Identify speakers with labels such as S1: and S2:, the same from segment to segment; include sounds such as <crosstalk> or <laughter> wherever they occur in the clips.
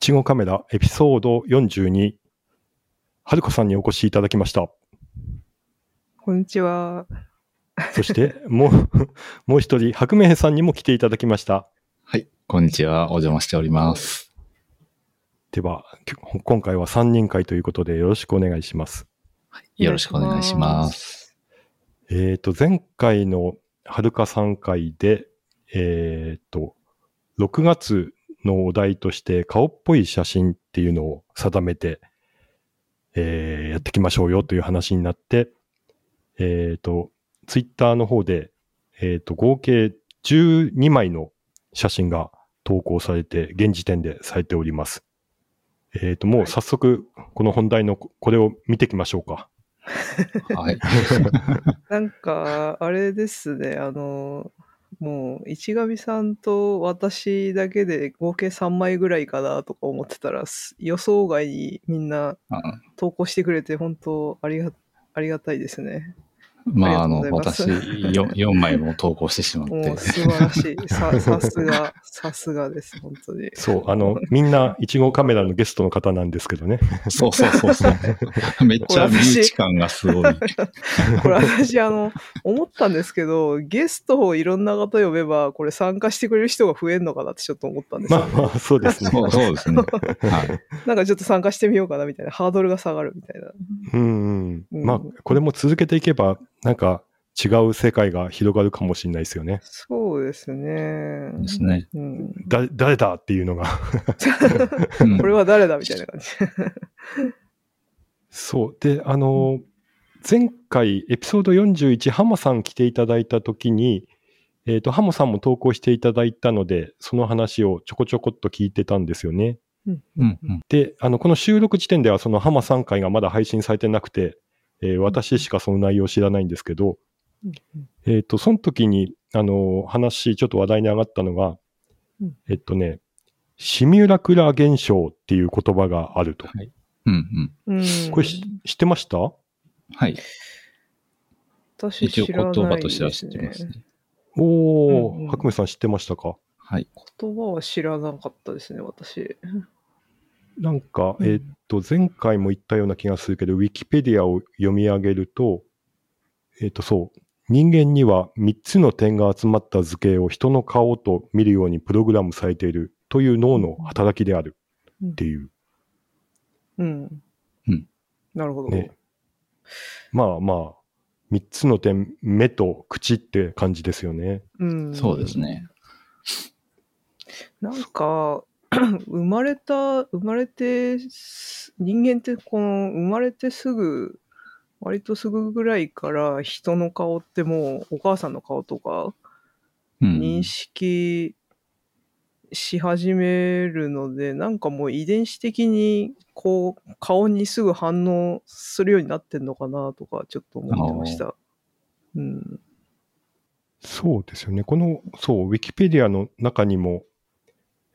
S1: ちごカメラエピソード42、はるこさんにお越しいただきました。
S2: こんにちは。
S1: そして、もう、もう一人、白明さんにも来ていただきました。
S3: はい、こんにちは。お邪魔しております。
S1: では、きょ今回は3人会ということでよろしくお願いします。
S3: よろしくお願いします。
S1: えっ、と、前回のはるかさん会で、えっ、と、6月のお題として顔っぽい写真っていうのを定めて、えーやっていきましょうよという話になって、えっ、と、ツイッターの方で、えっ、と、合計12枚の写真が投稿されて、現時点でされております。えっ、と、もう早速、この本題のここれを見ていきましょうか。
S2: <laughs>
S3: はい。
S2: なんか、あれですね、あの、もう、市上さんと私だけで合計3枚ぐらいかなとか思ってたら、す予想外にみんな
S3: あ
S2: 投稿してくれて、本当ありが、ありがたいですね。
S3: まあ、
S2: あ
S3: あ
S2: り
S3: の
S2: がと、うございます
S3: 私、よ4枚も投稿してしまっ
S2: も
S3: て
S2: う、、素晴らしい。さ、さすが、さすがです、本当に。
S1: そう、あの、みんな、1号カメラのゲストの方なんですけどね。
S3: そうそうそう
S2: <laughs>
S3: そう。めっちゃ身内感がすごい。
S2: これ私、あの、思ったんですけど、ゲストをいろんな方呼べば、これ参加してくれる人が増えるのかなってちょっと思ったんですよ
S1: まあまあ、そうです
S3: <laughs>
S1: ね。
S3: そうそうですね。はい。
S2: なんかちょっと参加してみようかなみたいな、ハードルが下がるみたいな。
S1: うんうん。まあ
S2: うん、
S1: これも続けていけば、なんか違う世界が広がるかもしれないですよね。
S2: そうですね。
S3: ですね。
S2: うん、
S1: だ、誰だっていうのが。 <laughs>
S3: うん
S2: これは誰だみたいな感じ。
S1: そう。で、あの、前回、エピソード41、ハモさん来ていただいたときに、えっ、と、ハモさんも投稿していただいたので、その話をちょこちょこっと聞いてたんですよね。
S3: うんうん
S1: で、あの、この収録時点ではその浜3回がまだ配信されてなくて、えー私しかその内容を知らないんですけど、えっ、と、その時に、あの、話、ちょっと話題に上がったのが、
S2: うん
S1: えっとね、シミュラクラ現象っていう言葉があると。
S3: うんうん。
S2: うん、
S1: これし知ってました
S3: はい。
S2: 私
S3: 一応
S2: 知らない、
S3: 言葉としては知ってますね。。
S1: おー、
S2: うんうん
S1: 白明さん知ってましたか
S3: はい。
S2: 言葉は知らなかったですね、私。
S1: なんか、
S2: うん
S1: えーっと、前回も言ったような気がするけど、ウィキペディアを読み上げると、えーっと、そう、人間には3つの点が集まった図形を人の顔と見るようにプログラムされているという脳の働きであるっていう、
S2: うん。
S3: うん
S2: なるほど。
S1: ね。まあまあ、3つの点、目と口って感じですよね。
S2: うん、
S3: そうですね。
S2: なんか、 <clears throat> 生まれた、生まれてす、人間ってこの、生まれてすぐ、割とすぐぐらいから人の顔ってもうお母さんの顔とか
S3: うん
S2: 認識し始めるので、なんかもう遺伝子的にこう顔にすぐ反応するようになってんのかなとかちょっと思ってました。うん、
S1: そうですよね。この、そう、ウィキペディアの中にも、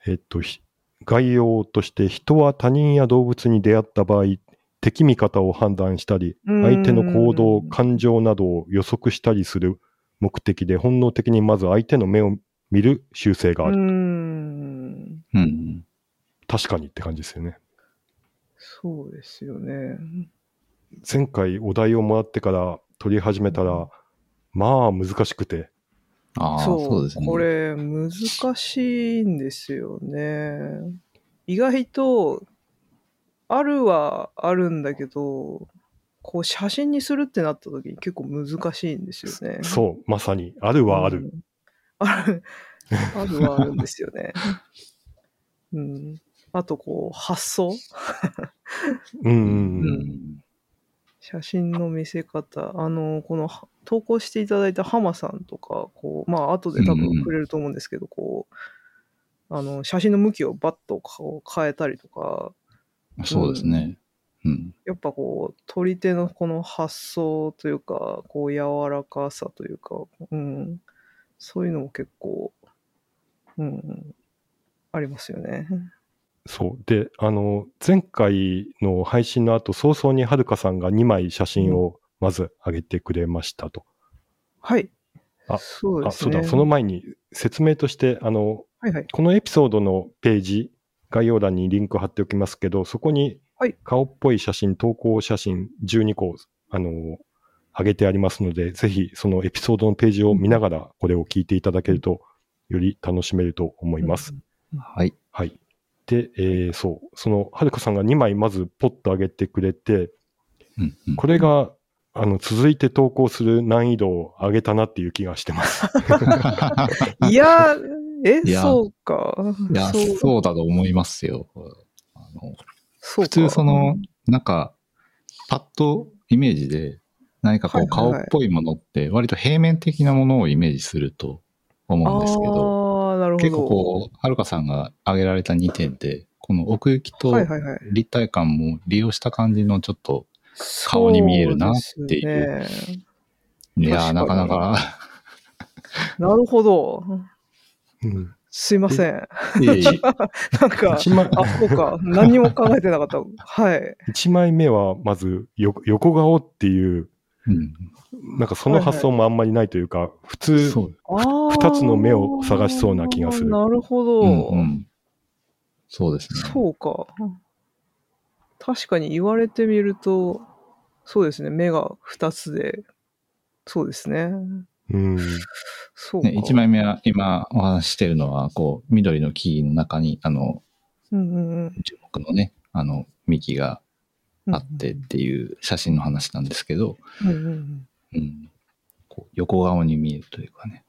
S1: えっと、ひ概要として、人は他人や動物に出会った場合、敵味方を判断したり、
S2: うん
S1: 相手の行動、感情などを予測したりする目的で、本能的にまず相手の目を見る習性があ
S2: う
S1: る。
S2: ん
S3: うんうん。
S1: 確かにって感じですよね。
S2: そうですよね。
S1: 前回お題をもらってから取り始めたら、まあ難しくて、
S3: ああ、
S2: そう
S3: そうですね。
S2: これ難しいんですよね。意外とあるはあるんだけどこう写真にするってなった時に結構難しいんですよね。う
S1: そう、まさに、あるはある。
S2: んあるあるはあるんですよね。うん、あとこう発想
S1: うん、うん
S3: う
S1: うんん
S2: 写真の見せ方あのこのは投稿していただいたハマさんとかこうまあ後で多
S3: うんうん
S2: 分くれると思うんですけど、こうあの写真の向きをバッとこう変えたりとか
S3: うん。そうですね。うん。
S2: やっぱこう撮り手のこの発想というかこう柔らかさというか、うん、そういうのも結構、うん、ありますよね。
S1: そう。で、あの、前回の配信の後、早々にはるかさんが2枚写真をまず上げてくれましたと。
S2: はい
S1: あ
S2: そうで
S1: あ、
S2: す
S1: そう
S2: ね。
S1: だ、その前に説明として、あの、
S2: はいはい。
S1: このエピソードのページ、概要欄にリンク貼っておきますけど、そこに
S2: はい
S1: 顔っぽい写真、投稿写真12個、あの、上げてありますので、ぜひそのエピソードのページを見ながら、これを聞いていただけると、より楽しめると思います。
S3: はい。
S1: はい。で、えーそう、その、はるかさんが2枚まずポッと上げてくれて、
S3: うんうん
S1: これが、あの、続いて投稿する難易度を上げたなっていう気がしてます。
S2: いやー、え、
S3: いや
S2: そうか。
S3: いや、
S2: そう
S3: そうだと思いますよ。あの
S2: そうか
S3: 普通その、なんか、パッとイメージで、何かこ
S2: は
S3: う
S2: いはい
S3: 顔っ
S2: はい
S3: ぽいものって、割と平面的なものをイメージすると思うんですけど、
S2: ああ、なるほど。
S3: 結構こう、はるかさんが挙げられた2点で、この奥行きと
S2: はいはいはい
S3: 立体感も利用した感じのちょっと、顔に見えるなっていう
S2: そうですね
S3: いやー、
S2: 確か
S3: な
S2: に
S3: か
S2: <laughs>
S3: なか、
S2: なるほど。
S1: うん。
S2: すいません。
S3: いえいえ
S2: なん
S3: <laughs>
S2: か、
S1: 1枚、
S2: あ、そうか。何にも考えてなかった。はい。
S1: 一枚目は、まずよ、横顔っていう、
S3: うん
S1: なんかその発想もあんまりないというか、普通、
S3: そう
S2: あー
S1: 二つの目を探しそうな気がする
S2: なるほど。
S3: うんうんそうですね。
S2: そうか。確かに言われてみると、そうですね。目が二つで、そうですね。
S1: うん、
S2: そうか。
S3: ね、1枚目は今お話ししてるのは、こう、緑の木の中に、あの、
S2: うんうんうん
S3: 樹木のね、あの、幹があってっ。ていう写真の話なんですけど、
S2: うんうんうん
S3: うん、こう横顔に見えるというかね、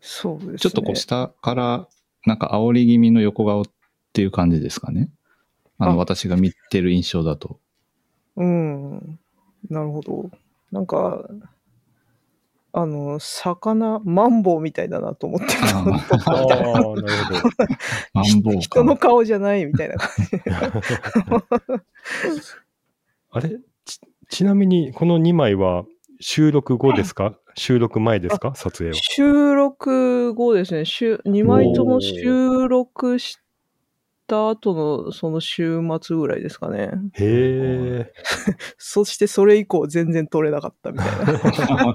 S2: そうですね。
S3: ちょっとこう下から、なんか煽り気味の横顔っていう感じですかね。あ
S2: あ
S3: の、私が見てる印象
S2: <laughs>
S3: だと。
S2: うん。なるほど。なんか、あの、魚、マンボウみたいだなと思ってた
S3: あー
S1: ああ、なるほど。
S3: マンボウ
S2: 人
S3: <laughs>
S2: の
S3: か。
S2: 顔じゃないみたいな。
S1: あれちちなみに、この2枚は収録後ですか収録前ですか撮影は。
S2: 収録後ですね、週2枚とも収録した後のその週末ぐらいですかね。
S1: へえ。
S2: そしてそれ以降全然撮れなかったみたいな。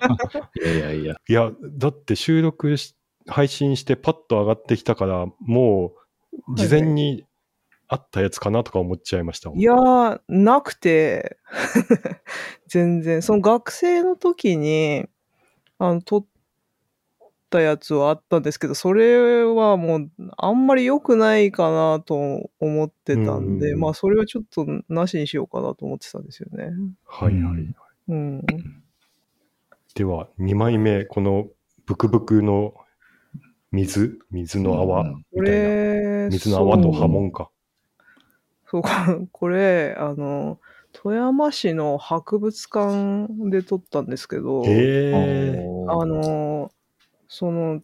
S3: いやいやいや。
S1: いや、だって収録し、配信してパッと上がってきたから、もう事前にあったやつかなとか思っちゃいましたもん。
S2: いやー、なくて、全然。その学生の時に、あの、撮ったやつはあったんですけど、それはもう、あんまり良くないかなと思ってたんで、
S1: うん
S2: まあ、それはちょっとなしにしようかなと思ってたんですよね。
S1: はいはい。
S2: うん。
S1: では、2枚目、このブクブクの水、水の泡
S3: うん
S2: こ
S1: みたいな。
S2: れ、
S1: 水の泡と
S2: そう
S1: 波紋か。
S2: そうか、これ、あの、富山市の博物館で撮ったんですけど、
S1: へえ。
S2: あの、その、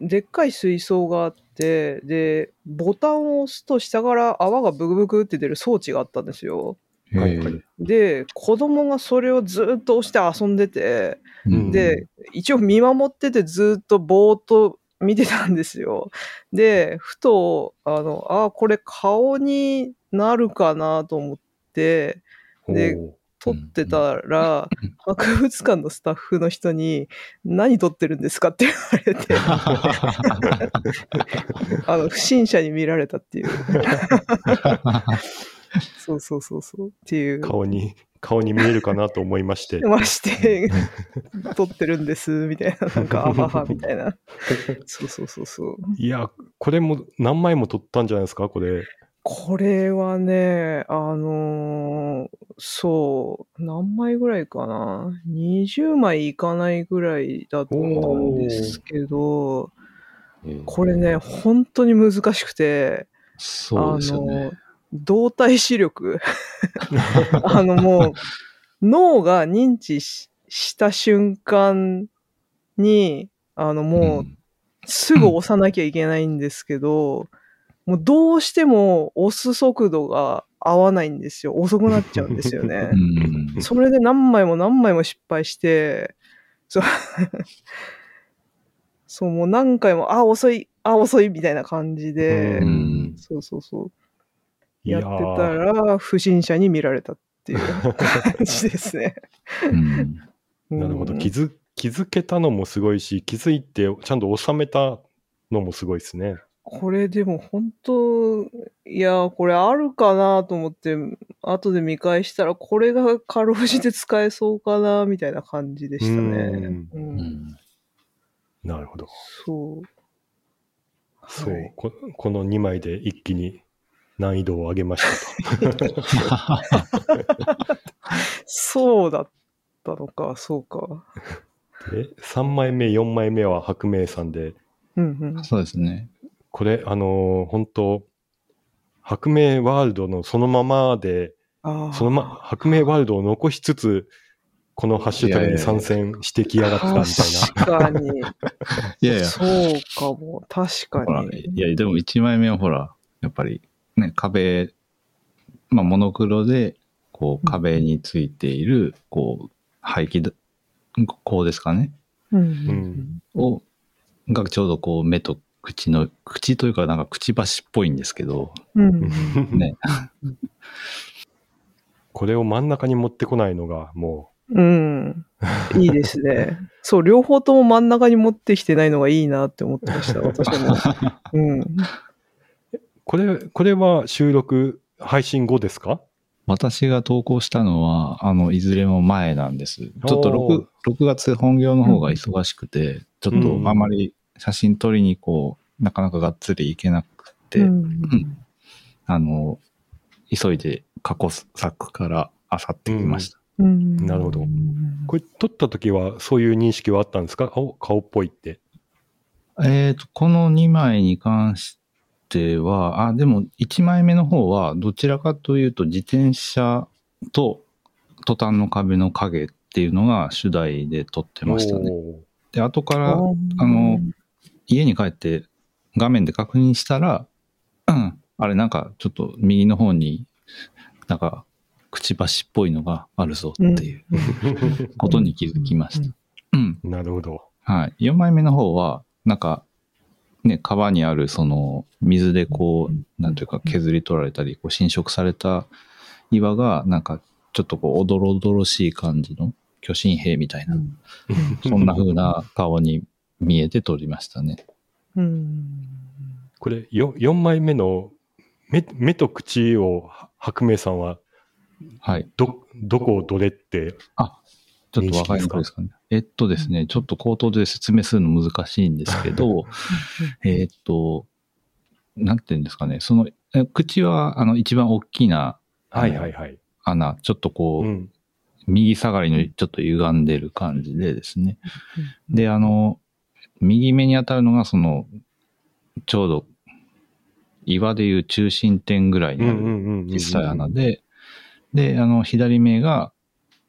S2: でっかい水槽があって、で、ボタンを押すと下から泡がブクブクって出る装置があったんですよ。
S3: へー
S1: はいはい
S2: で、子供がそれをずっと押して遊んでて、
S3: うん <laughs>
S2: で、一応見守っててずっとぼーっと見てたんですよ。で、ふと、あの、あー、これ顔になるかなと思って、で
S1: おー
S2: 撮ってたら、博物館のスタッフの人に、何撮ってるんですかって言われて、あの、不審者に見られたっていう。そうそうそうそう。っていう。
S1: 顔に、顔に見えるかなと思いま
S2: <laughs>
S1: して。
S2: まして、撮ってるんです、みたいな。なんか、あはは、みたいな。そうそうそうそう。
S1: いや、これも何枚も撮ったんじゃないですか、これ。
S2: これはね、あのーそう、何枚ぐらいかな。20枚いかないぐらいだと思うんですけど、これね、本当に難しくて、
S3: そうですよね。
S2: 動体視
S3: <laughs>
S2: 力。あのもう、脳が認知しした瞬間に、あのもう、
S3: うん
S2: すぐ押さなきゃいけないんですけど、もうどうしても押す速度が合わないんですよ。遅くなっちゃうんですよね
S3: う。ん
S2: それで何枚も何枚も失敗して、そうそう、もう何回も、あ、遅い、あ、遅い、みたいな感じで、
S1: うん
S3: うん
S2: そうそうそう。
S1: い
S2: や
S1: や
S2: って
S1: ー
S2: たら、不審者に見られたっていう感じですね。
S3: うん
S1: なるほど。
S2: うん
S1: 気づ、気づけたのもすごいし、気づいてちゃんと収めたのもすごいですね。
S2: これでも本当、いや、これあるかなと思って、後で見返したら、これがかろうじて使えそうかな、みたいな感じでしたね。う
S3: うん
S2: <laughs>
S3: ん。
S1: なるほど。
S2: そう。
S1: そう、
S2: はい
S1: こ。この2枚で一気に難易度を上げましたと。
S2: そうだったのか、そうか。
S1: <laughs> で、3枚目、4枚目は白明さんで、
S2: うんうん。
S3: そうですね。
S1: これ、あのー本当白明ワールドのそのままで、
S2: ああ。
S1: そのま、白明ワールドを残しつつ、このハッシュタグに参戦してきやがったみたいな。
S2: 確かに。
S3: いやいや、
S2: そうかも。確か
S3: ほら、
S2: に。
S3: いや、でも1枚目はほら、やっぱりね、壁、まあ、モノクロで、こう、壁についている、こう、排気だ、こうですかね、
S2: うん
S1: うん
S3: を、がちょうどこう、目と口の、口というか、なんか、くちばしっぽいんですけど、
S2: うんうん。
S3: ね。
S1: <laughs> これを真ん中に持ってこないのが、も
S2: うん。いいですね。そう、両方とも真ん中に持ってきてないのがいいなって思ってました、私も。うん。
S1: う、これ、これは収録、配信後ですか
S3: 私が投稿したのは、あの、いずれも前なんです。ちょっと
S1: おー
S3: 6, 6月本業の方が忙しくて、ちょっ
S1: うん
S3: とあまり写真撮りにこう、なかなかがっつり行けなくて、
S2: うん
S3: あの、急いで過去作からあさってきました。
S2: うん
S1: なるほどこれ、撮った時は、そういう認識はあったんですかお顔っぽいって。
S3: えっ、と、この2枚に関しては、あ、でも1枚目の方は、どちらかというと自転車とトタンの壁の影っていうのが主題で撮ってましたね。
S1: おー
S3: で、後から、
S2: あ
S3: あの、家に帰って画面で確認したら、うんあれなんかちょっと右の方になんかくちばしっぽいのがあるぞっていうことに気づきました。うん。
S1: なるほど。
S3: はい。4枚目の方は、なんかね、川にあるその水でこう、なんというか削り取られたり、こう侵食された岩がなんかちょっとこうおどろおどろしい感じの巨神兵みたいな、そんな風な顔に見えて撮りましたね。
S2: うん。
S1: これよ、4枚目の目目と口を白明さんは
S3: はい。
S1: ど、どこをどれって、
S3: ちょっとわかりにくいですかね。えっとですね、ちょっと口頭で説明するの難しいんですけど、えっと、なんていうんですかね、その、え口は、あの、一番大きな
S1: はいはいはい。
S3: 穴、ちょっとこう、
S1: うん。
S3: 右下がりのちょっと歪んでる感じでですね。で、あの、右目に当たるのが、その、ちょうど、岩でいう中心点ぐらいにある
S1: ん
S3: 小さい穴。で、で、あの、左目が、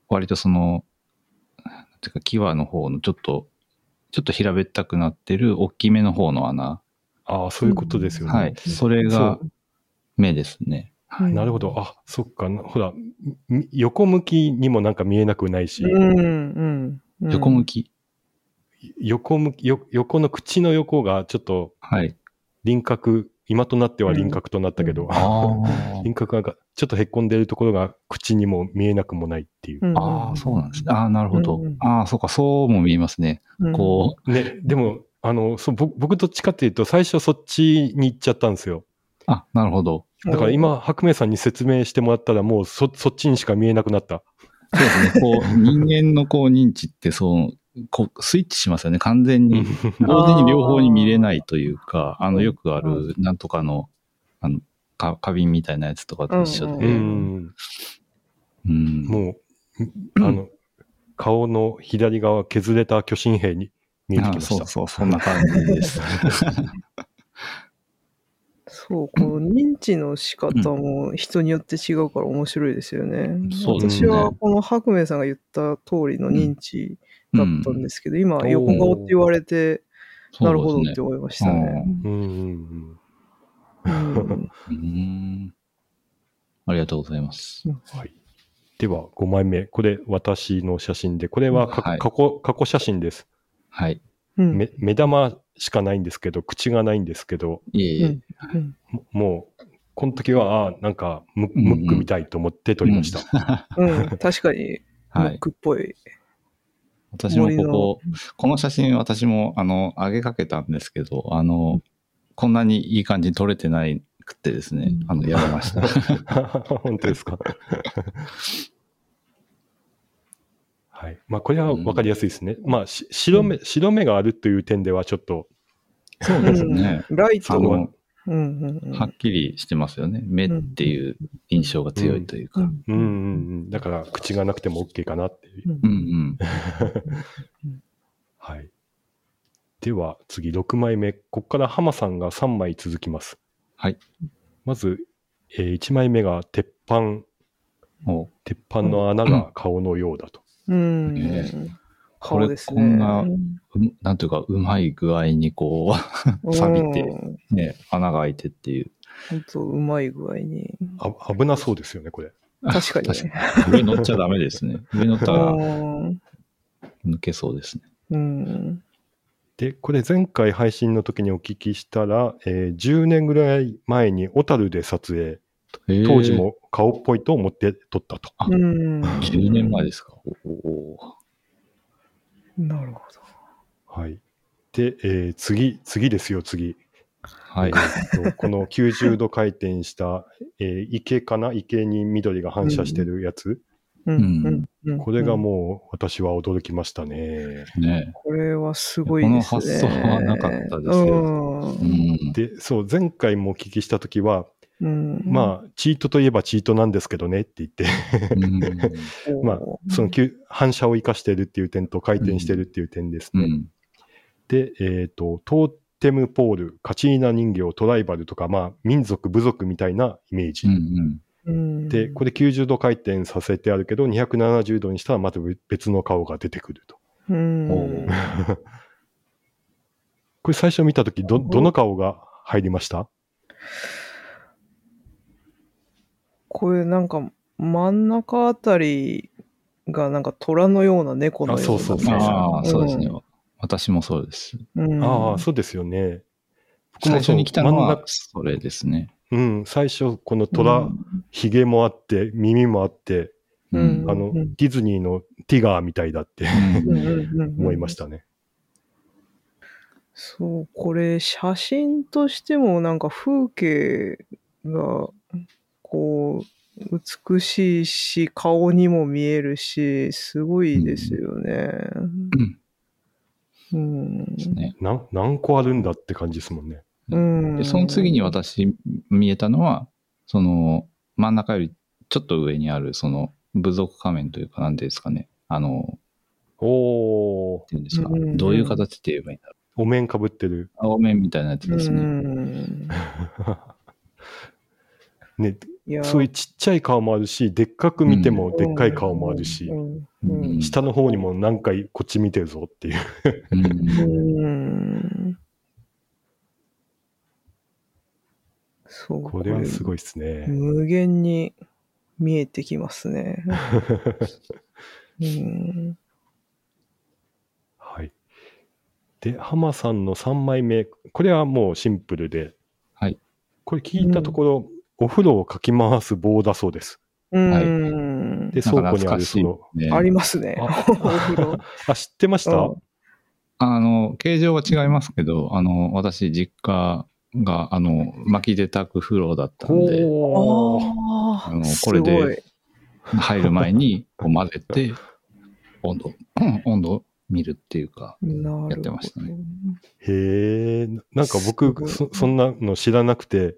S3: 割とその、なんていうか、際の方のちょっと、ちょっと平べったくなってる大きめの方の穴。
S1: ああ、そういうことですよね。
S3: はい。それが
S1: そ
S3: 目ですね。
S2: うん
S1: なるほど。。あ、そっか。なほら、み横向きにもなんか見えなくないし、
S2: うんうん。うん
S3: 横向き。
S1: 横向き、よ横の口の横がちょっと
S3: はい。
S1: 輪郭、今となっては輪郭となったけど、
S2: <laughs>
S3: あ
S1: <laughs> 輪郭がちょっとへっこんでるところが口にも見えなくもないっていう。
S2: うん
S3: あー、そうなんですね。ああ、なるほど
S2: うんうん。
S3: ああ、そうか、そうも見えますね。
S2: うん
S3: こう、
S1: ね、でも、あの、そう僕僕どっちかっていうと、最初そっちに行っちゃったんですよ。
S3: あ、なるほど。
S1: だから今、白明さんに説明してもらったら、もうそそっちにしか見えなくなった。
S3: そうですね。こう、人間のこう認知って、そう、こう、スイッチしますよね。完全に。同時に両方に見れないというか、あの、よくある、なんとかの、あの、か花瓶みたいなやつとかと一緒
S1: う
S3: で、うん
S1: ん、
S3: うん
S1: もう、あの、顔の左側削れた巨神兵に見えてき
S3: あ
S1: まし
S3: そ
S1: た
S3: う。そう、そんな感じです。
S2: そう、この認知の仕方も人によって違うから面白いですよね。
S3: そう
S1: です
S2: 私
S1: ね
S2: はこの白明さんが言った通りの認知だったんですけど、今横顔って言われて、なるほどって思いましたね。
S1: うんうん
S2: うん
S3: うんうんありがとうございます。
S1: うんはい、では、5枚目。これ、私の写真で、これはか
S3: はい
S1: 過去、過去写真です。
S3: はい。
S2: うん
S1: め目玉しかないんですけど、口がないんですけど、
S3: いえいえ。
S2: うんうん
S1: ももう、この時は、ああ、なんかム、
S3: うん
S1: ムックみたいと思って撮りました。
S2: うん、確かに、ム
S3: は
S2: ッ
S3: い。
S2: クっぽい。
S3: 私もここ、この写真私も、あの、上げかけたんですけど、あの、こんなにいい感じに撮れてないくてですね、あの、やめました。
S1: <laughs> 本当ですか。 <laughs> はい。まあ、これは分かりやすいですね。まあ、し白目、白目があるという点では、ちょっと、
S3: そう
S2: う
S3: です <laughs> ね。
S2: んライ
S3: あ
S2: トが。
S3: の、
S2: うんうんうん
S3: はっきりしてますよね。目っていう印象が強いというか。うん
S1: うんうんうん。だから、口がなくても OK かなっていう。
S3: うん、
S1: はい。では、次、6枚目。ここから浜さんが3枚続きます。
S3: はい。
S1: まず、え1枚目が、鉄板、
S3: も
S1: 鉄板の穴が顔のようだと。
S2: うんうん
S3: ね
S2: 顔ですね。
S3: これこんなう、うんなんというか、うまい具合にこ
S2: うん
S3: 錆びて
S2: うん
S3: う、ね、穴が開いてっていう。
S2: ほんとうまい具合
S3: <laughs>
S2: に。
S1: あ危なそうですよね、これ。
S2: 確かにね
S3: 確かに。上乗っちゃダメですね。上乗ったら
S2: うん
S3: 抜けそうです
S1: <laughs>
S3: ね。
S2: うん。
S1: で、これ前回配信の時にお聞きしたら、えー10年ぐらい前に小樽で撮影、当時も顔っぽいと思って撮ったと。
S2: うん
S3: えー。10年前ですか。おお
S2: なるほど。
S1: はい。で、えー次、次ですよ、次。
S3: はい。
S1: えーとこの90度回転した、えー池かな池に緑が反射してるやつ。
S2: うんうん
S1: これが
S2: うん、
S1: もう私は驚きましたね。
S3: ね
S2: これはすごいですね。
S3: この発想はなかったですよう
S2: うん
S3: ん。
S1: で、そう、前回もお聞きした時は、
S2: うん、
S1: まあ、チートといえばチートなんですけどねって言って、
S3: うん
S2: おー
S1: まあ、その、急反射を生かしてるっていう点と回転してるっていう点です
S3: う
S1: ね。
S3: ん。
S1: で、えっ、と、トーテムポール、カチーナ人形、トライバルとか、まあ、民族、部族みたいなイメージ。
S3: うん。
S2: うん
S1: で、これ90度回転させてあるけど、270度にしたらまた別の顔が出てくると。
S2: うん
S3: おー
S1: これ最初見たとき、ど、
S2: お
S1: どの顔が入りました
S2: これなんか真ん中あたりがなんか虎のような猫のような
S1: あそうそうそう
S3: ああ、そうですね
S2: ん。
S3: 私もそうです。
S2: うん
S1: ああ、そうですよね。僕
S3: 最
S1: もそ
S3: 初に来たの
S1: 真ん
S3: は
S1: 中、
S3: それですね。
S1: うん、最初、この虎、ひげもあって、耳もあって、
S2: うん
S1: あの、
S2: うん
S1: ディズニーのティガーみたいだって
S2: うんうん
S3: う
S2: うんうん
S1: 思いましたね。
S2: そう、これ写真としてもなんか風景がこう美しいし顔にも見えるしすごいですよね。うん。
S3: んね
S1: なん何個あるんだって感じですもんね。
S2: うん
S3: でその次に私見えたのは、その真ん中よりちょっと上にある、その部族仮面というか、なんていうんですかね。あの、
S1: おー、
S3: っていうんですか
S2: うんうんう。ん
S3: どういう形って言えばいいんだろう。
S1: お面かぶってる。 <laughs>
S3: 青面みたいなやつ
S2: う
S3: ですね。
S2: ん。
S1: ね、
S2: いや
S1: そういうちっちゃい顔もあるし、でっかく見てもでっかい顔もあるし
S2: う、んうん
S1: 下の方にも何回こっち見てるぞっていう。
S3: うん
S2: うんそう
S1: これはすごいですね。
S2: 無限に見えてきます
S3: <laughs>
S2: ね。うん、
S1: はい。で、浜さんの3枚目、これはもうシンプルで、
S3: はい。
S1: これ聞いたところ、お風呂をかき回す棒だそうです。
S2: うん
S1: で、
S3: なん
S1: 倉
S3: か
S1: 庫にあ
S3: 懐か
S1: る
S3: し
S1: そ
S3: い
S1: の、
S3: ね
S2: ありますね。
S1: あ
S2: お風呂。
S1: あ、知ってました
S2: うん
S3: あの、形状は違いますけど、あの、私、実家が、あの、巻き出たく風呂だったんで、
S1: おー
S2: あ
S3: あの
S2: ーす
S3: こ
S2: ご
S3: れ
S2: い。
S3: で入る前にこう混ぜて、温度、 <clears throat> 温度を見るっていうか、
S2: なるほど
S3: やってましたね。
S1: へえ、なんか
S2: すご
S1: 僕
S2: い
S1: そ、そんなの知らなくて、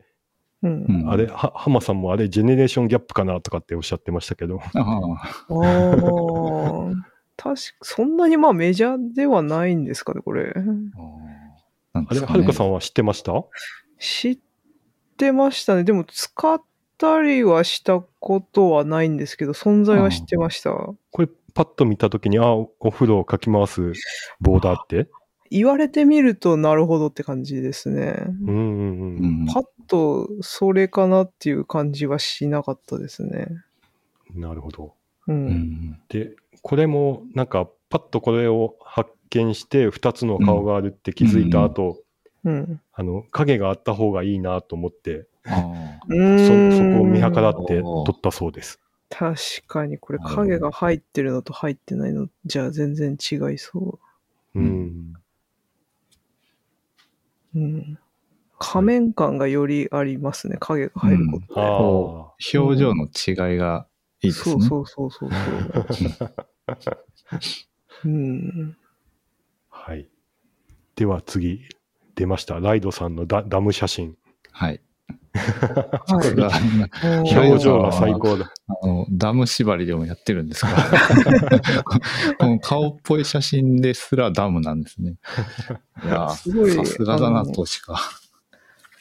S2: うん
S3: うん
S1: あれ、は、浜さんもあれ、ジェネレーションギャップかなとかっておっしゃってましたけど。
S3: ああ
S2: あー確かそんなにまあメジャーではないんですかね、これ。
S3: なん
S1: あれ、
S3: ですか
S1: は
S3: ね
S1: るかさんは知ってました
S2: 知ってましたね。でも使ったりはしたことはないんですけど、存在は知ってました。
S1: これ、パッと見たときに、あ、おお風呂をかき回す棒だって。
S2: 言われてみるとなるほどって感じですね。
S1: うんうん
S3: う
S1: うん。
S3: ん
S2: パッとそれかなっていう感じはしなかったですね。
S1: なるほど。
S2: う。
S3: うんん
S1: で、これも、なんか、パッとこれを発見して、2つの顔があるって気づいた後、
S2: うん。
S1: あの、影があった方がいいなと思って、そ、そ
S2: う
S3: あ
S1: こ
S2: ーん
S1: を見計らって撮ったそうです。
S2: 確かにこれ影が入ってるのと入ってないのじゃあ全然違いそ
S1: うん。
S2: う。うん。仮面感がよりありますね、影が入ることで。
S1: あ
S3: こう表情の違いがいいですね。
S2: そうそうそうそうそう。うん。
S1: はい。では次、出ました。ライドさんのダダム写真。
S3: は
S2: は
S3: い。
S2: い
S3: これが
S2: も
S1: 表情が最高だ。
S3: あの、ダム縛りでもやってるんですかこの顔っぽい写真ですらダムなんですね。い
S2: う
S3: やー
S2: すごい、
S3: さすがだ
S2: あ
S3: な
S2: の
S3: としか。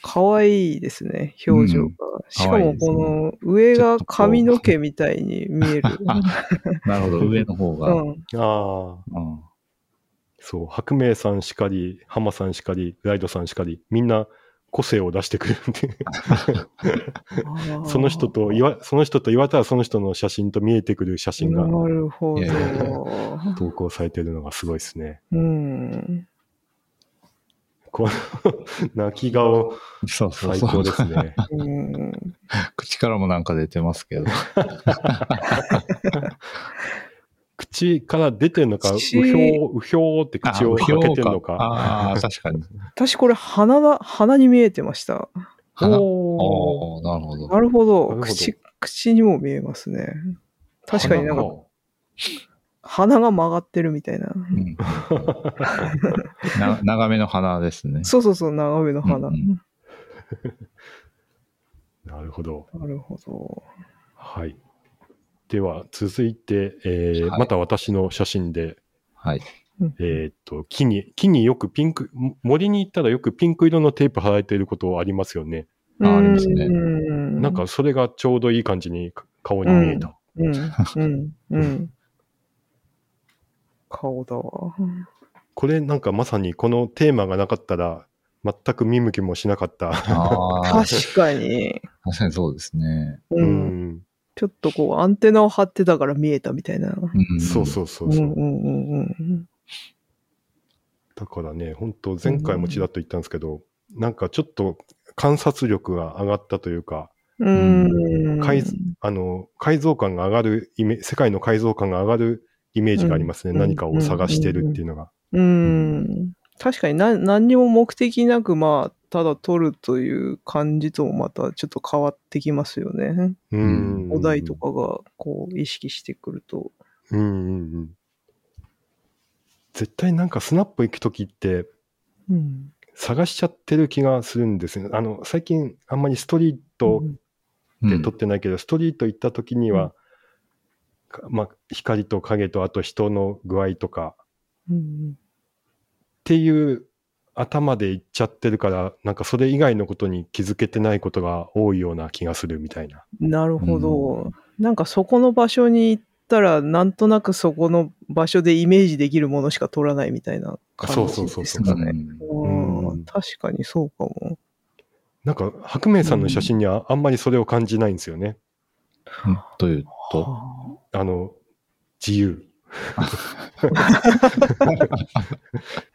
S2: 可愛いですね、表情が。しか
S3: 可愛い
S2: も
S3: ですね
S2: この上が髪の毛みたいに見える。
S3: なるほど、上の方
S2: う
S3: が。
S2: ん、
S3: <laughs>
S1: ああ。
S3: うん
S1: そう。白明さんしかり、ハマさんしかり、ライドさんしかり、みんな個性を出してくるんで、その人と言わ、その人と言われたらその人の写真と見えてくる写真が
S2: なるほ
S3: いやいやい
S2: ど。
S1: 投稿されてるのがすごいですね。
S2: うん。
S1: この泣き顔、
S3: そうそう
S1: 最
S3: そ
S1: 高
S3: う
S1: で。すね。
S2: うん、
S3: 口からもなんか出てますけど。
S1: 口から出てるのか、うひ
S2: 口
S1: ょう、うひょうって口を開けてるのか。
S3: ああー、確かに。
S2: 私これ鼻だ、鼻に見えてました。
S3: 鼻
S1: おー
S3: おーなるほど。
S2: なるほ
S1: なる
S2: ど。
S1: ほど
S2: 口、口にも見えますね。確かになんか
S3: 鼻が
S2: 鼻が曲がってるみたいな。
S3: うんな長めの鼻ですね。
S2: そうそうそう、長めの鼻。
S3: うんうん
S1: なるほど。
S2: なるほど。
S1: はい。では、続いて、えー
S3: はい
S1: また私の写真で、
S3: はい。
S1: えーっと、木に、木によくピンク、も森に行ったらよくピンク色のテープ貼られていることありますよね。
S3: あありますね
S2: うん
S1: なん、か、それがちょうどいい感じにか顔に見えた。
S2: うん、うん、うん。顔だわ。
S1: これ、なんかまさにこのテーマがなかったら、全く見向きもしなかった。
S3: ああ、
S2: 確かに。
S3: 確かに <laughs> そうですね。
S2: う。
S1: うんん。
S2: ちょっとこう、アンテナを張ってたから見えたみたいな。
S3: ん
S1: そうそうそううん
S2: う
S1: そう。
S2: んうんうん
S1: だからね、本当前回もちらっと言ったんですけど、なんかちょっと観察力が上がったというか、
S2: うん。うん。
S1: 改あの、解像感が上がるイメ、世界の解像感が上がるイメージがありますね。
S2: うん
S1: 何かを探してるっていうのが。
S2: うん。確かにな、何にも目的なく、まあ、ただ撮るという感じともまたちょっと変わってきますよね。
S1: うんん。
S2: お題と。かが、こう、意識してくると。
S1: うんうんうん。絶対なんかスナップ行くときって
S2: うん。
S1: 探しちゃってる気がするんですよね。あの、最近あんまりストリート
S3: うん
S1: で撮ってないけど、ストリート行ったときには、かまあ、光と影とあと人の具合とか、
S2: うん。
S1: っていう頭でいっちゃってるから、なんかそれ以外のことに気づけてないことが多いような気がするみたいな。
S2: なるほど。なんかそこの場所に行ったら、なんとなくそこの場所でイメージできるものしか撮らないみたいな感じ
S1: そう
S2: で
S1: そう
S2: す
S1: そう
S3: う
S2: か
S3: ん
S2: ね。
S1: ん
S2: うん確かにそうかも。
S1: なんか白明さんの写真にはあんまりそれを感じないんですよね。
S3: うんというと、
S2: は
S1: あの、自由。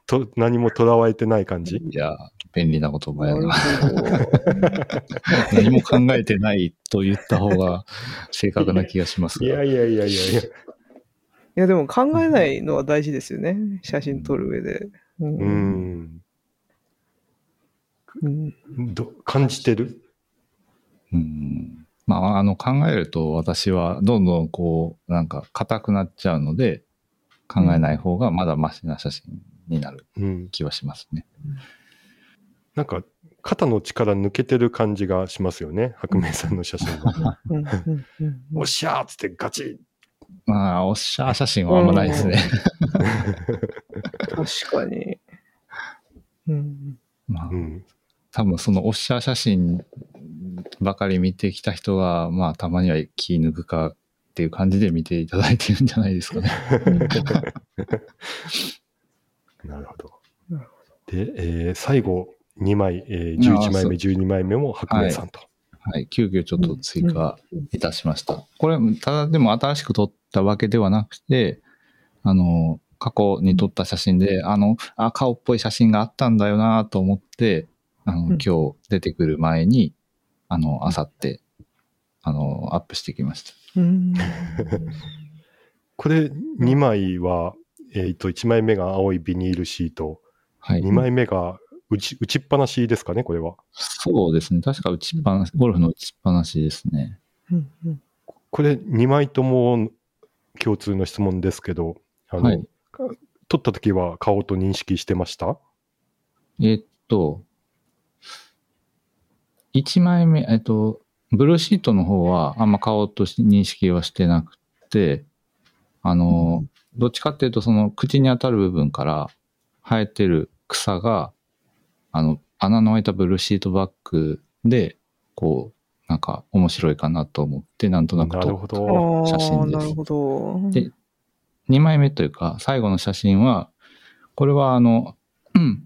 S1: と何もとらわれてない感じ。
S3: いや、便利な言
S2: あ
S3: 葉
S2: な
S3: や
S2: る
S3: な。
S2: ほど。
S3: 何も考えてないと言った方
S1: <laughs>
S3: が正確な気がします
S1: いや
S3: が。
S1: いやいやいやいや。
S2: いやでも考えないのは大事ですよね。写真撮る上で。う
S1: う。ん。
S2: うん
S1: ど感じてる
S3: うんまあ、あの考えると私はどんどんこうなんか硬くなっちゃうので考えない方がまだマシな写真になる
S1: うん。
S3: 気はしますね。
S1: なんか肩の力抜けてる感じがしますよね。白明さんの写 <laughs> 真は。
S2: うんうんうん
S1: おっしゃーっつってガチッ
S3: まあおっしゃー写真はあんまないですね。
S2: 確かに。うん。
S3: <laughs> まあ
S1: うん。
S3: 多分そのおっしゃー写真ばかり見てきた人がまあたまには気抜くかっていう感じで見ていただいてるんじゃないですかね。
S1: なるほど。
S2: なる
S1: で、えー最後、2枚、えー
S3: あー
S1: 11枚目、12枚目も白明さんと。
S3: はい、急遽ちょっと追加いたしました。これ、ただでも新しく撮ったわけではなくて、あの、過去に撮った写真で、あの、あ、顔っぽい写真があったんだよなと思って、あの、
S2: ん
S3: 今日出てくる前に、あの、あさって、あの、アップしてきました。
S2: うん
S1: これ、2枚は、えっ、と、1枚目が青いビニールシート、
S3: はい。
S1: 2枚目が打ち、打ちっぱなしですかね、これは。
S3: そうですね。確か打ちっぱなし、ゴルフの打ちっぱなしですね。
S2: うんうん
S1: これ、2枚とも共通の質問ですけど、あの、
S3: はい
S1: か取った時は顔と認識してました
S3: えーっと、1枚目、えーっと、ブルーシートの方はあんま顔とし認識はしてなくて、あの、どっちかっていうとその口に当たる部分から生えてる草が、あの、穴の開いたブルーシートバッグで、こう、なんか面白いかなと思って、なんとなく
S1: なるほ
S3: と
S2: あ
S1: ど。
S2: ー
S3: 写真です
S2: なるほど。
S3: で2枚目というか、最後の写真は、これはあの、うん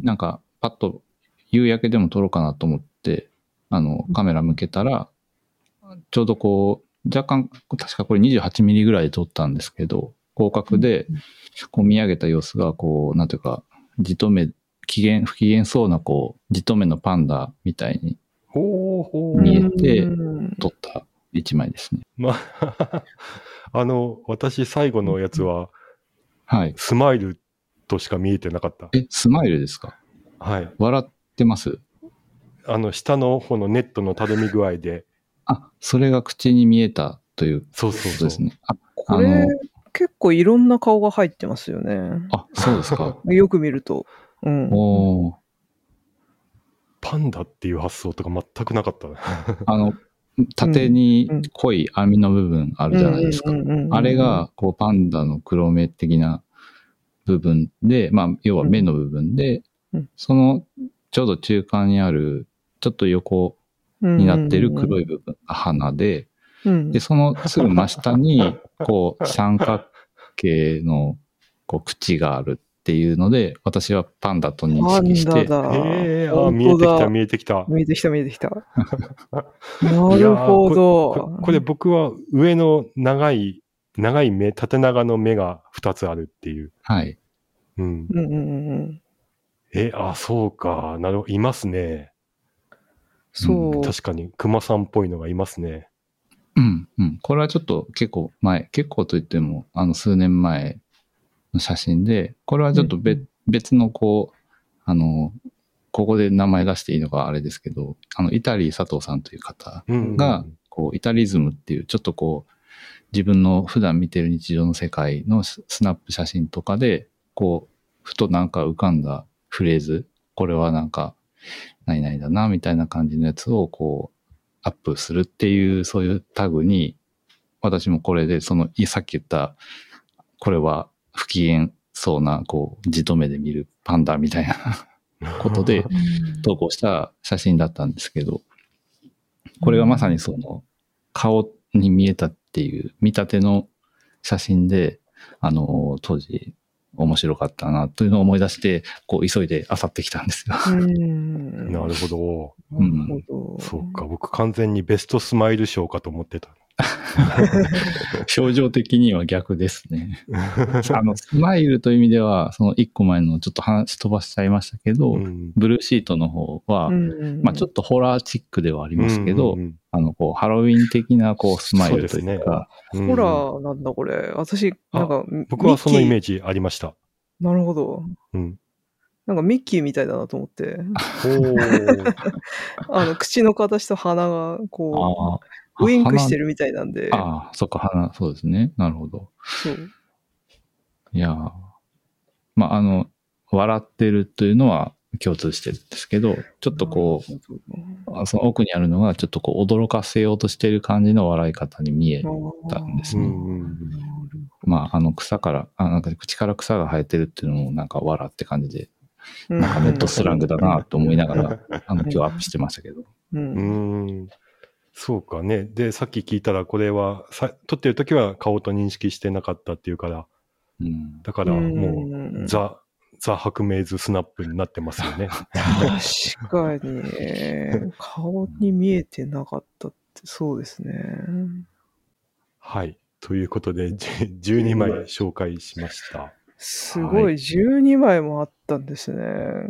S3: なんか、パッと夕焼けでも撮ろうかなと思って、あの、カメラ向けたら、ちょうどこう、若干、確かこれ28ミリぐらいで撮ったんですけど、広角で、こう見上げた様子が、こう、なんていうか、じとめ、機嫌、不機嫌そうな、こう、じとめのパンダみたいに
S1: ほうほう。
S3: 見えて
S2: うん
S3: 撮った一枚ですね。
S1: まあ、 <laughs> あの、私、最後のやつは、
S3: はい。
S1: スマイルとしか見えてなかった。
S3: え、スマイルですか
S1: はい。
S3: 笑ってます
S1: あの、下の方のネットのたるみ具合で、
S3: あ、それが口に見えたという
S1: そうそう
S3: こと
S1: そう。
S3: ですね。あ、
S2: これ
S3: あの、
S2: 結構いろんな顔が入ってますよね。
S3: あそうで
S2: <laughs>
S3: すか。
S2: よく見ると。うん。
S3: おー
S1: パンダっていう発想とか全くなかったな。
S3: あの、縦に濃い網の部分あるじゃないですか
S2: うん。うんうんうん
S3: あれ、が、こう、パンダの黒目的な部分で、まあ、要は目の部分で
S2: うん、
S3: その、ちょうど中間にある、ちょっと横になってる黒
S2: い。
S3: い部分が鼻で、
S2: うん
S3: で、そのすぐ真下に、こう、三角形の、こう、口があるっていうので、私はパンダと認
S2: パン
S3: 識して、
S2: ダだ。
S1: ええー、あー、
S2: 本
S1: 見え
S2: 当
S1: てきた、
S2: だ
S1: 見えてきた。
S2: 見えてきた、見えてきた。なるほ
S1: こ
S2: ど。
S1: これ僕は上の長い、長い目、縦長の目が2つあるっていう。
S3: はい。
S1: うん。
S2: うんうんうん。
S1: え、あ、そうか。なるほど。いますね。
S2: そう。
S1: 確かに、熊さんっぽいのがいますね。
S3: うん、うん。これはちょっと結構前、結構といっても、あの、数年前の写真で、これはちょっと別,、
S2: うんう
S3: 別のこう、あの、ここで名前出していいのかあれですけど、あの、イタリー佐藤さんという方
S1: うん。
S3: が、こう、イタリズムっていう、ちょっとこう、自分の普段見てる日常の世界のススナップ写真とかで、こう、ふとなんか浮かんだフレーズ、これはなんか、何々だな、みたいな感じのやつを、こう、アップするっていう、そういうタグに、私もこれで、その、いさっき言った、これは不機嫌そうな、こう、じとめで見るパンダみたいなことで、投稿した写真だったんですけど、これがまさにその顔に見えたっていう見立ての写真で、あの、当時面白かったなというのを思い出して、こう急いで漁ってきた
S1: <laughs>
S3: んですよ。
S2: う
S1: <laughs>
S2: ん。
S1: なるほど。
S3: うん
S2: なるほど。
S1: そうか。僕完全にベストスマイル賞かと思ってた。
S3: 表情的には逆ですね。あの、スマイルという意味では、その一個前のちょっと話飛ばしちゃいましたけど、
S1: うん。
S3: ブルーシートの方は、
S2: うん。
S3: まあちょっ
S2: っ
S3: とホラーチックではありますけど、
S1: うんうん
S3: あの、こう、ハロウィン的な、こう、スマイルと
S1: そう
S3: い
S1: で
S3: う
S1: す
S3: か、
S1: ねう
S2: と
S1: ん
S2: ホラーなんだ、これ。私、なんか、
S1: 僕はそのイメー
S2: ジ。
S1: ジありました。
S2: なるほど。
S1: うん。
S2: なんかミッキーみたいだなと思って。
S1: おー
S2: あの、口の形と鼻が、こ
S3: ああ
S2: う、ウインクして
S3: る。
S2: るみたいなんで。
S3: ああ、そっか、花、そうですね。なるほど。
S2: そう。
S3: いやーまあ、あの、笑ってるというのは共通してるんですけど、ちょっとこう、あその奥にあるのが、ちょっとこう、驚かせようとしてる感じの笑い方に見えたんで
S1: <laughs>
S3: す
S1: う
S3: ね。
S1: んうん
S3: まあ、あの、草から、あなんか口から草が生えてるっていうのも、なんか笑って感じで、
S2: うん
S3: なんかネットスラングだなと思いながら、あの、今日アップしてましたけど。
S2: う。
S1: うんん。そうかね。で、さっき聞いたら、これはさ、撮ってる時は顔と認識してなかったっていうから、 <laughs>
S3: うん。
S1: だからもう、
S2: ん
S1: ザ、ザ・白明図スナップになってますよ
S2: <laughs>
S1: ね。
S2: 確かに、顔に見えてなかったって、そうですね。
S1: はい。ということで、 <laughs> じ12枚紹介しました。
S2: すごい、12枚もあったんですね。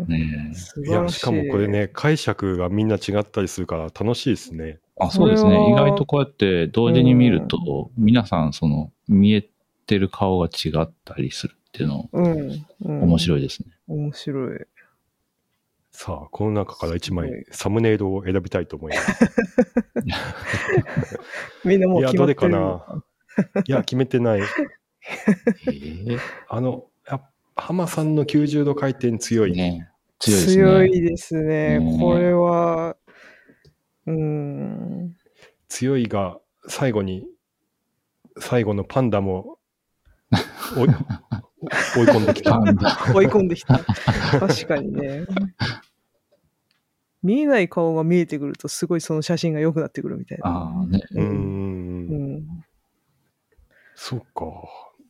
S3: ねえ
S2: 素
S1: い
S2: 晴
S1: や
S2: ら、しい。
S1: しかもこれ。ね、解釈がみんな違ったりするから楽しいですね。
S3: あそうです
S2: これは
S3: ね。意外とこうやって同時に見ると、皆さんその見えてる顔が違ったりするっていうの
S2: うん。うん
S3: 面白いですね。
S2: 面白い。
S1: さあ、この中から1枚、サムネイルを選びたいと思います。
S2: みんなも
S1: いうや、
S2: 決
S1: ど
S2: ま
S1: れ
S2: って
S1: か
S2: る <laughs>
S1: な。いや、決めてない。
S3: えー
S1: あの、やっぱ浜さんの90度回転強い。
S3: ね、強いです
S2: 強いです
S3: ね。
S2: ね。
S3: うん
S2: これは、うん、
S1: 強いが、最後に、最後のパンダも
S3: <laughs>
S1: 追い追い込んでき
S3: パ
S1: た。
S3: ンダ
S2: 追い込んでき
S3: <laughs>
S2: た。確かにね。見えない顔が見えてくると、すごいその写真が良くなってくるみたいな。
S3: ああね。
S1: うー。
S2: うんん、
S1: そうか。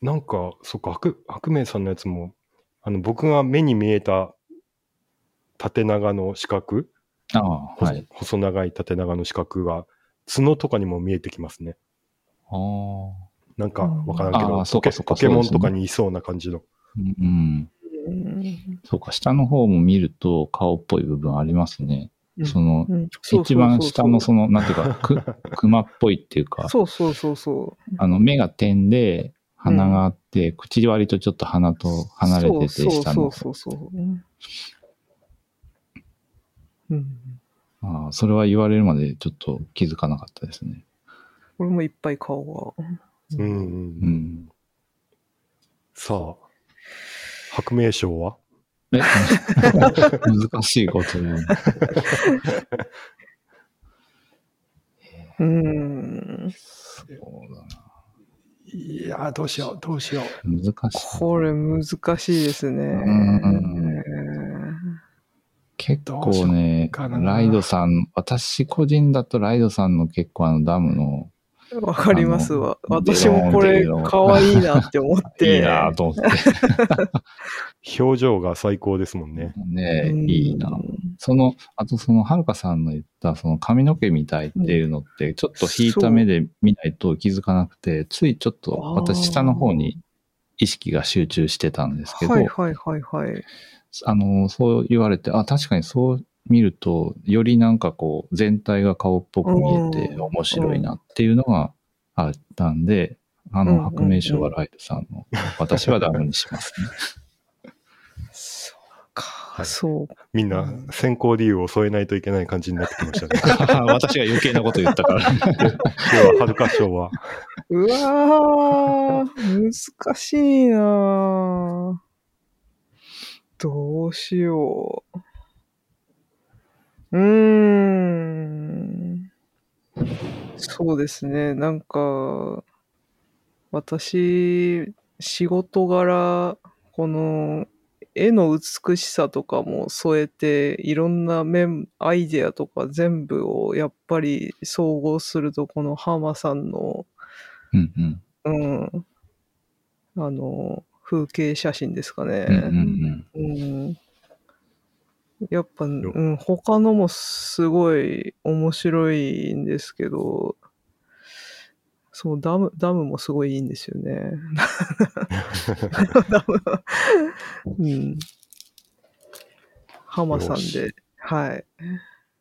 S1: なんか、そうか、白白明さんのやつも、あの、僕が目に見えた縦長の四角、
S3: ああ、は
S1: 細
S3: い。
S1: 細長い縦長の四角が、角とかにも見えてきますね。
S3: ああ。
S1: なんか
S2: うん
S1: わからんけど、
S3: あーそ
S1: ポ
S3: うか
S1: ケ
S3: そうか
S1: ポケモン
S3: そう
S1: と
S3: ですね
S1: かにいそうな感じの。
S3: うんうん。
S2: うん
S3: そうか、下の方も見ると顔っぽい部分ありますね。
S2: うん
S3: その、
S2: うんそうそうそう
S3: 一番下のその、なんていうか、
S2: <laughs>
S3: く、熊っぽいっていうか、
S2: そうそうそうそ
S3: あの、目が点で、鼻があって、口割りとちょっと鼻と
S2: う。
S3: 離れてて、
S2: そう
S3: 下
S2: そう
S3: の。
S2: そうそうそう。うんうん、
S3: ああ、それは言われるまでちょっと気づかなかったですね。
S2: これもいっぱい顔が。
S1: うんうん
S3: う
S1: うん
S3: ん。
S1: さあ、白明賞は
S3: え <laughs> 難しいこと言う。
S2: うん、
S3: そうだない
S1: やー、どうしよう、どうしよう。
S3: 難しい。
S2: これ難しいですね。
S3: ん結構ね
S1: どうしようか、な
S3: ライドさん、私個人だとライドさんの結構あのダムの、
S2: わかりますわ。
S3: あの
S2: 私もこれ
S3: ベローンってい
S2: 可愛
S3: うの
S2: いなって思って。
S3: いいなぁと思って。
S1: 表情が最高ですもんね。
S3: ね
S2: うん
S3: いいなぁその、あとその、はるかさんの言った、その髪の毛みたいっていうのって、ちょっと引いた目で見ないと気づかなくて、ついちょっと私下の方に意識が集中してたんですけど、
S2: はいはいはいはい。
S3: あの、そう言われて、あ、確かにそう見ると、よりなんかこう、全体が顔っぽく見えて
S2: うん
S3: 面白いなっていうのがあったんで、あの、
S2: うんうんうん
S3: 白明賞はライドさんの、私はダムにし
S2: <laughs>
S3: ます <laughs> ね。
S2: そうか、
S1: い
S2: そう
S1: みんな選考理由を添えないといけない感じになってきましたね。 <laughs>
S3: 私が余計なこと言った
S2: <laughs>
S3: から。
S1: では、はるか賞は。
S2: うわー、難しいなーどうしよう。うーん。そうですね、なんか、私、仕事柄、この、絵の美しさとかも添えて、いろんな面、アイデアとか全部をやっぱり総合すると、このハーマさんの
S3: うんうん。
S2: うん。あの、風景写真ですかね。
S3: うんう
S2: う
S3: ん
S2: んやっぱ、うん、他のもすごい面白いんですけど、そう、ダム、ダムもすごいいいんですよね。
S3: <laughs>
S2: ダムはうん。ハマさ
S1: よ
S2: ん
S1: し
S2: で、はい。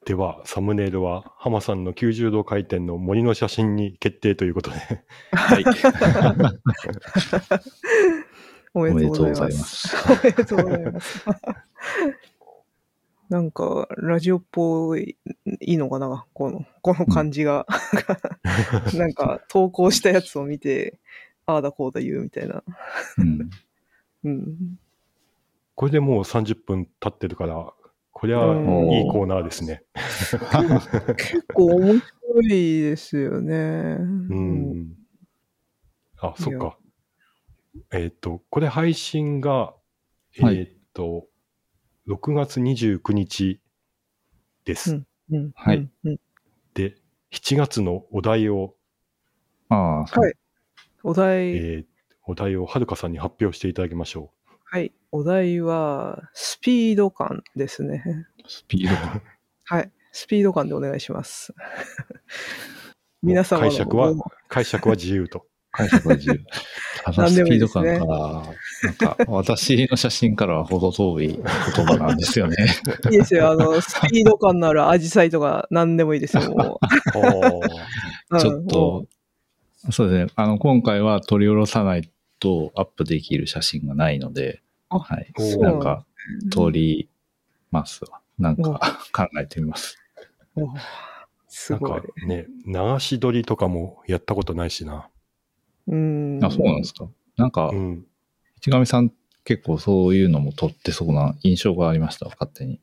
S1: では、サムネイルは、浜さんの90度回転の森の写真に決定ということで。
S3: はい。
S2: お
S3: お
S2: め
S3: め
S2: で
S3: で
S2: と
S3: と
S2: うご
S3: うご
S2: ざ
S3: ざ
S2: い
S3: い
S2: ま
S3: ますす。
S2: おめでとうございます。 <laughs> なんか、ラジオっぽいいいのかなこの、この感じが。 <laughs> なんか、投稿したやつを見て、ああだこうだ言うみたいな。
S3: うん
S2: うん。
S1: <laughs> これでもう30分経ってるから、こりゃ
S2: うん
S1: いいコーナーですね。
S2: 結構面白いですよね。う
S1: うん
S2: ん。。
S1: あ、そっか。えっ、と、これ配信が、えっ、
S3: はい
S1: と、6月29日です。
S2: んうん。
S3: はい
S2: うん。
S1: で、7月のお題を、
S3: ああ、
S2: はい。お
S1: え
S2: 題、
S1: ーお題をはるかさんに発表していただきましょ
S2: はい。お題は、スピード感ですね。
S3: スピード感。
S2: はい。スピード感でお願いします。
S1: う。
S2: 皆様の
S1: 解釈は、解釈は自由と。
S3: 解釈は自由。ただ
S2: 何
S3: ス
S2: でも
S3: ピ
S2: いい
S3: ー
S2: で
S3: ド
S2: す
S3: 感
S2: ね
S3: から、なんか、私の写真からは程遠い言葉なんですよね。
S2: いいですよ。あの、スピード感のあるアジサイとか何でもいいですよ、も
S1: あー
S2: う。
S3: <laughs> ちょっと、そうですね。あの、今回は取り下ろさないとアップできる写真がないので、
S2: あ
S3: はい
S1: お。ー
S3: なんか、
S2: うん、
S3: 撮りますわ。なんか考えてみます。
S2: おす
S1: なん
S2: ごい
S1: か。ね、流し撮りとかもやったことないしな。
S2: うん。
S3: あ、そうなんですか。なんか
S1: う、ん。
S3: 市上さん結構そういうのも撮ってそうな印象がありました、勝手に。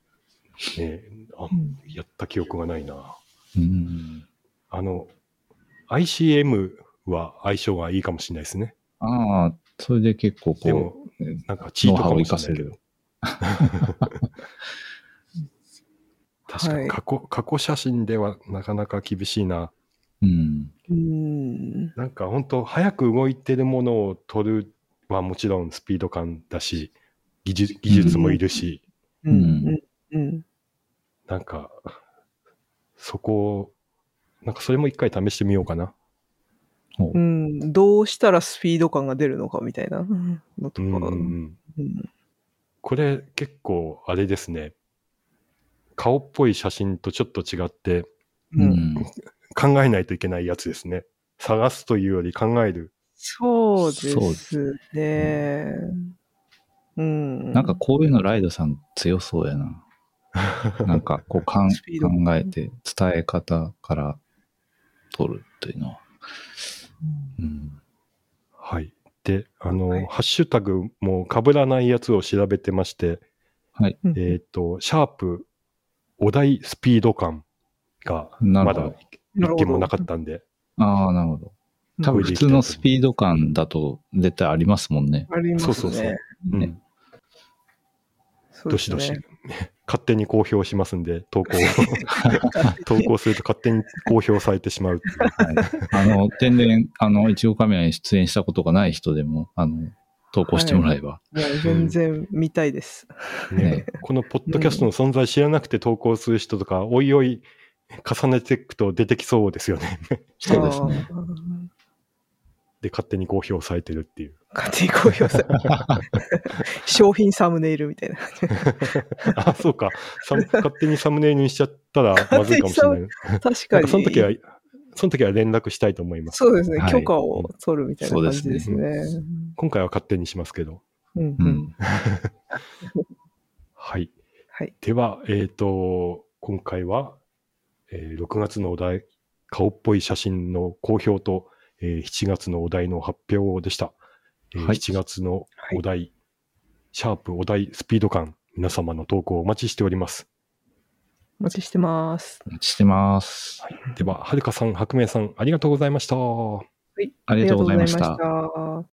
S1: ね、あ
S2: うん
S1: やった記憶がないな。
S3: うん。
S1: あの、ICM は相性がいいかもしれないですね。
S3: ああ、それで結構
S1: でも
S3: こう、うん
S1: なんかチートか
S3: ノウハウを
S1: も
S3: 活か
S1: し
S3: せ
S1: れないけど
S3: る。。
S1: <laughs> 確か
S2: はい
S1: に過去、過去写真ではなかなか厳しいな。
S3: うん。
S2: うん。
S1: なんか本当早く動いてるものを撮るはもちろんスピード感だし、技術技術もいるし、
S2: うん。うん。うん。
S1: なんか、そこを、なんかそれも一回試してみようかな。
S2: うん。どうしたらスピード感が出るのかみたいな <laughs> のと
S1: う
S2: か。
S1: んうんうん。これ結構あれですね。顔っぽい写真とちょっと違って
S2: うんうん
S1: 考えないといけないやつですね。探すというより考える。
S2: そう
S3: そう
S2: で
S3: ですす
S2: ね。うん。
S3: なんかこういうのライドさん強そうや <laughs> な。なんかこうかん
S2: スピード
S3: 考えて伝え方から取るっていうのは。うん。
S1: はい。で、あの、
S2: はい
S1: ハッシュタグも被らないやつを調べてまして、
S2: うん、
S1: えっ、と、シャープ、お題スピード感が、
S3: なる
S1: ま
S3: ほど
S1: だ一件もなかったんで、
S3: ああ、なるほど。多分普通のスピード感だと絶対ありますもんね。
S2: ありますね。
S1: そうそうそううん
S3: ね
S2: そう
S1: ど
S2: で
S1: し
S2: す
S1: ど
S2: ね
S1: し、 <laughs> 勝手に公表しますんで、投稿を、投稿すると勝手に公表されてしまうっていう
S3: はい、あの、天然、あの、いちごカメラに出演したことがない人でも、あの、投稿してもらえば。
S2: いや、全然見たいです。
S1: ね、このポッドキャストの存在知らなくて投稿する人とか、おいおい重ねていくと出てきそうですよね。
S3: そうですね。
S2: あー。
S1: で、勝手に公表されてるって
S2: <laughs>
S1: いう。
S2: 勝手に公表さ
S3: <laughs>
S2: れる商品サムネイルみたいな。
S1: あ、そうか。サム勝手にサムネイルにしちゃったらまずいかもしれない。
S2: 確
S1: な
S2: か
S1: ん
S2: に。
S1: かその時は、その時は連絡したいと思います。
S2: そうですね、
S3: はい
S2: 許可を取るみたいな感じですね。
S1: 今回は勝手にしますけど。
S2: うん
S3: う
S2: うん
S3: ん。
S1: はい。
S2: はい。
S1: では、えっ、と、今回は、えー6月のお題、顔っぽい写真の公表と、えー7月のお題の発表でした。えー
S3: はい
S1: 7月のお題、シャープお題スピード感、皆様の投稿をお待ちしております。
S2: お待ちしてます。
S3: お待ちしてます。
S1: では、はるかさん、白明さん、ありがとうございました。
S3: ありがとうございました
S2: ありがとうございました。